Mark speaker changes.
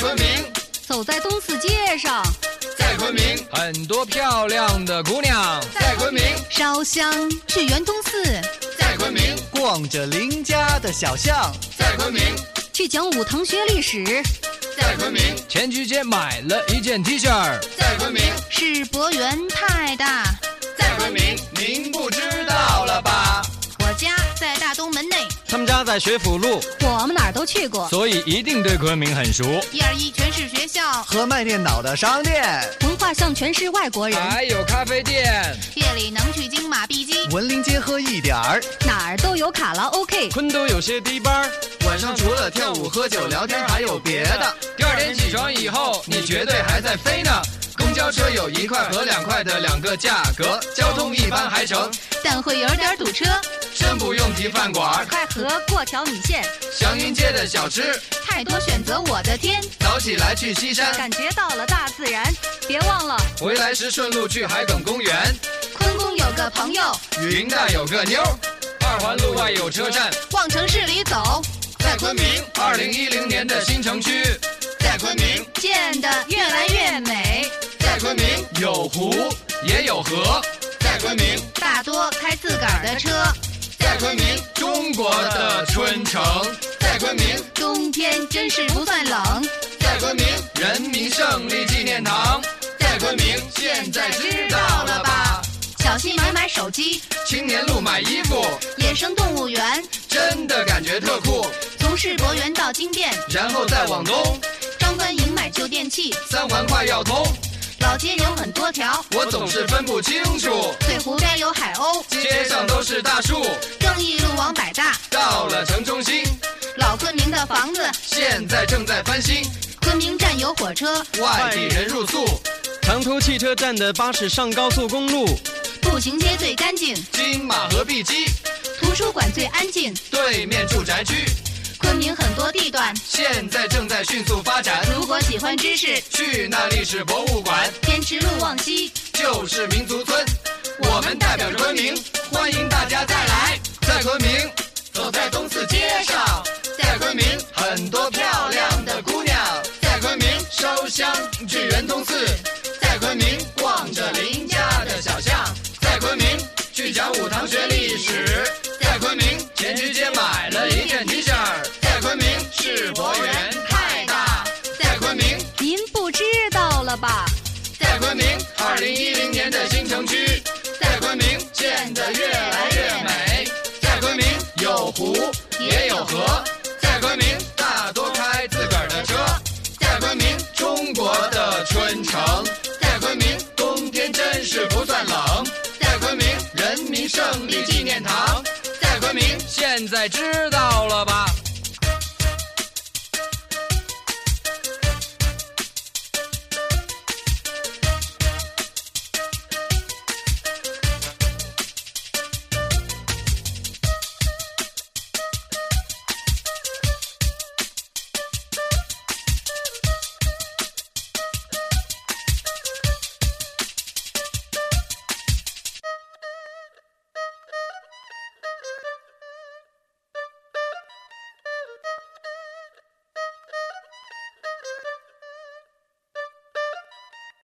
Speaker 1: 昆明，
Speaker 2: 走在东四街上，
Speaker 1: 在昆明，
Speaker 3: 很多漂亮的姑娘，
Speaker 1: 在昆明，
Speaker 2: 烧香去圆通寺，
Speaker 1: 在昆明，
Speaker 4: 逛着邻家的小巷，
Speaker 1: 在昆明，
Speaker 2: 去讲武藤学历史，
Speaker 1: 在昆明，
Speaker 3: 前几天买了一件 T 恤儿，
Speaker 1: 在昆明，
Speaker 2: 世博园太大，
Speaker 1: 在昆明，
Speaker 3: 您不知道了吧？
Speaker 2: 我家在大东门内，
Speaker 4: 他们家在学府路
Speaker 2: 我们哪儿都去过。
Speaker 3: 所以一定对昆明很熟。
Speaker 2: 一二一全是学校，
Speaker 4: 和卖电脑的商店，哎
Speaker 2: 文化巷全是外国人，
Speaker 3: 还有咖啡店，
Speaker 2: 夜里能去金马碧鸡，
Speaker 4: 文林街喝一点儿，
Speaker 2: 哪儿都有卡拉 OK。
Speaker 3: 昆都有些低班儿。
Speaker 4: 晚上除了跳舞、喝酒、聊天，还有别的。
Speaker 3: 第二天起床以后，你绝对还在飞呢。公交车有一块和两块的两个价格，交通一般还成，
Speaker 2: 但会有点堵车。
Speaker 3: 真不用提饭馆儿。
Speaker 2: 快和过桥米线，
Speaker 3: 祥云街的小吃，
Speaker 2: 太多选择，我的天！
Speaker 3: 早起来去西山，
Speaker 2: 感觉到了大自然，别忘了
Speaker 3: 回来时顺路去海埂公园，
Speaker 2: 坤宫有个朋友，
Speaker 3: 云大有个妞儿，二环路外有车站，
Speaker 2: 往城市里走，
Speaker 3: 在昆明。二零一零年的新城区，
Speaker 1: 在昆明，
Speaker 2: 见得越来越美。
Speaker 1: 在昆明，
Speaker 3: 有湖也有河，
Speaker 1: 在昆明，
Speaker 2: 大多开自个儿的车，
Speaker 1: 在昆明，
Speaker 3: 中国的春城，
Speaker 1: 在昆明，
Speaker 2: 冬天真是不算冷。
Speaker 1: 在昆明，
Speaker 3: 人民胜利纪念堂。
Speaker 1: 在昆明，
Speaker 3: 现在知道了吧？
Speaker 2: 小心买买手机，
Speaker 3: 青年路买衣服，
Speaker 2: 野生动物园，
Speaker 3: 真的感觉特酷。
Speaker 2: 从世博园到金店，
Speaker 3: 然后再往东，
Speaker 2: 张欢迎买旧电器，
Speaker 3: 三环快要通，
Speaker 2: 老街有很多条，
Speaker 3: 我总是分不清楚。
Speaker 2: 翠湖边有海鸥，
Speaker 3: 街上都是大树，
Speaker 2: 正义路往百大，
Speaker 3: 到了城中心，
Speaker 2: 老昆明的房子，
Speaker 3: 现在正在翻新，
Speaker 2: 昆明站有火车，
Speaker 3: 外地人入宿，
Speaker 5: 长途汽车站的巴士上高速公路，
Speaker 2: 步行街最干净，
Speaker 3: 金马河碧鸡
Speaker 2: 图书馆最安静，
Speaker 3: 对面住宅区，
Speaker 2: 昆明很多地段。
Speaker 3: 现在正在迅速发展。
Speaker 2: 如果喜欢知识，
Speaker 3: 去那历史博物馆，
Speaker 2: 滇池路往西，
Speaker 3: 就是民族村，我们代表着昆明，欢迎大家再来，在昆明，走在东四街上，
Speaker 1: 在昆明，
Speaker 3: 很多漂亮的姑娘，
Speaker 1: 在昆明，
Speaker 3: 烧香去圆通寺，
Speaker 1: 在昆明，
Speaker 3: 逛着邻家的小巷，
Speaker 1: 在昆明，
Speaker 3: 去讲武堂学历史。
Speaker 1: 在昆明，
Speaker 3: 前去街买了一件 T 恤儿，
Speaker 1: 在昆明，
Speaker 3: 世博园太大。
Speaker 1: 在昆明，
Speaker 2: 您不知道了吧？
Speaker 1: 在昆明，
Speaker 3: 二零一零年的新城区
Speaker 1: 在昆明，
Speaker 3: 变得越来越美，
Speaker 1: 在昆明，
Speaker 3: 有湖也有河，
Speaker 1: 在昆明，
Speaker 3: 大多开自个儿的车。
Speaker 1: 在昆明，
Speaker 3: 中国的春城，
Speaker 1: 在昆明，
Speaker 3: 冬天真是不算冷。
Speaker 1: 在昆明，
Speaker 3: 人民胜利纪念堂，
Speaker 1: 在昆明，
Speaker 3: 现在知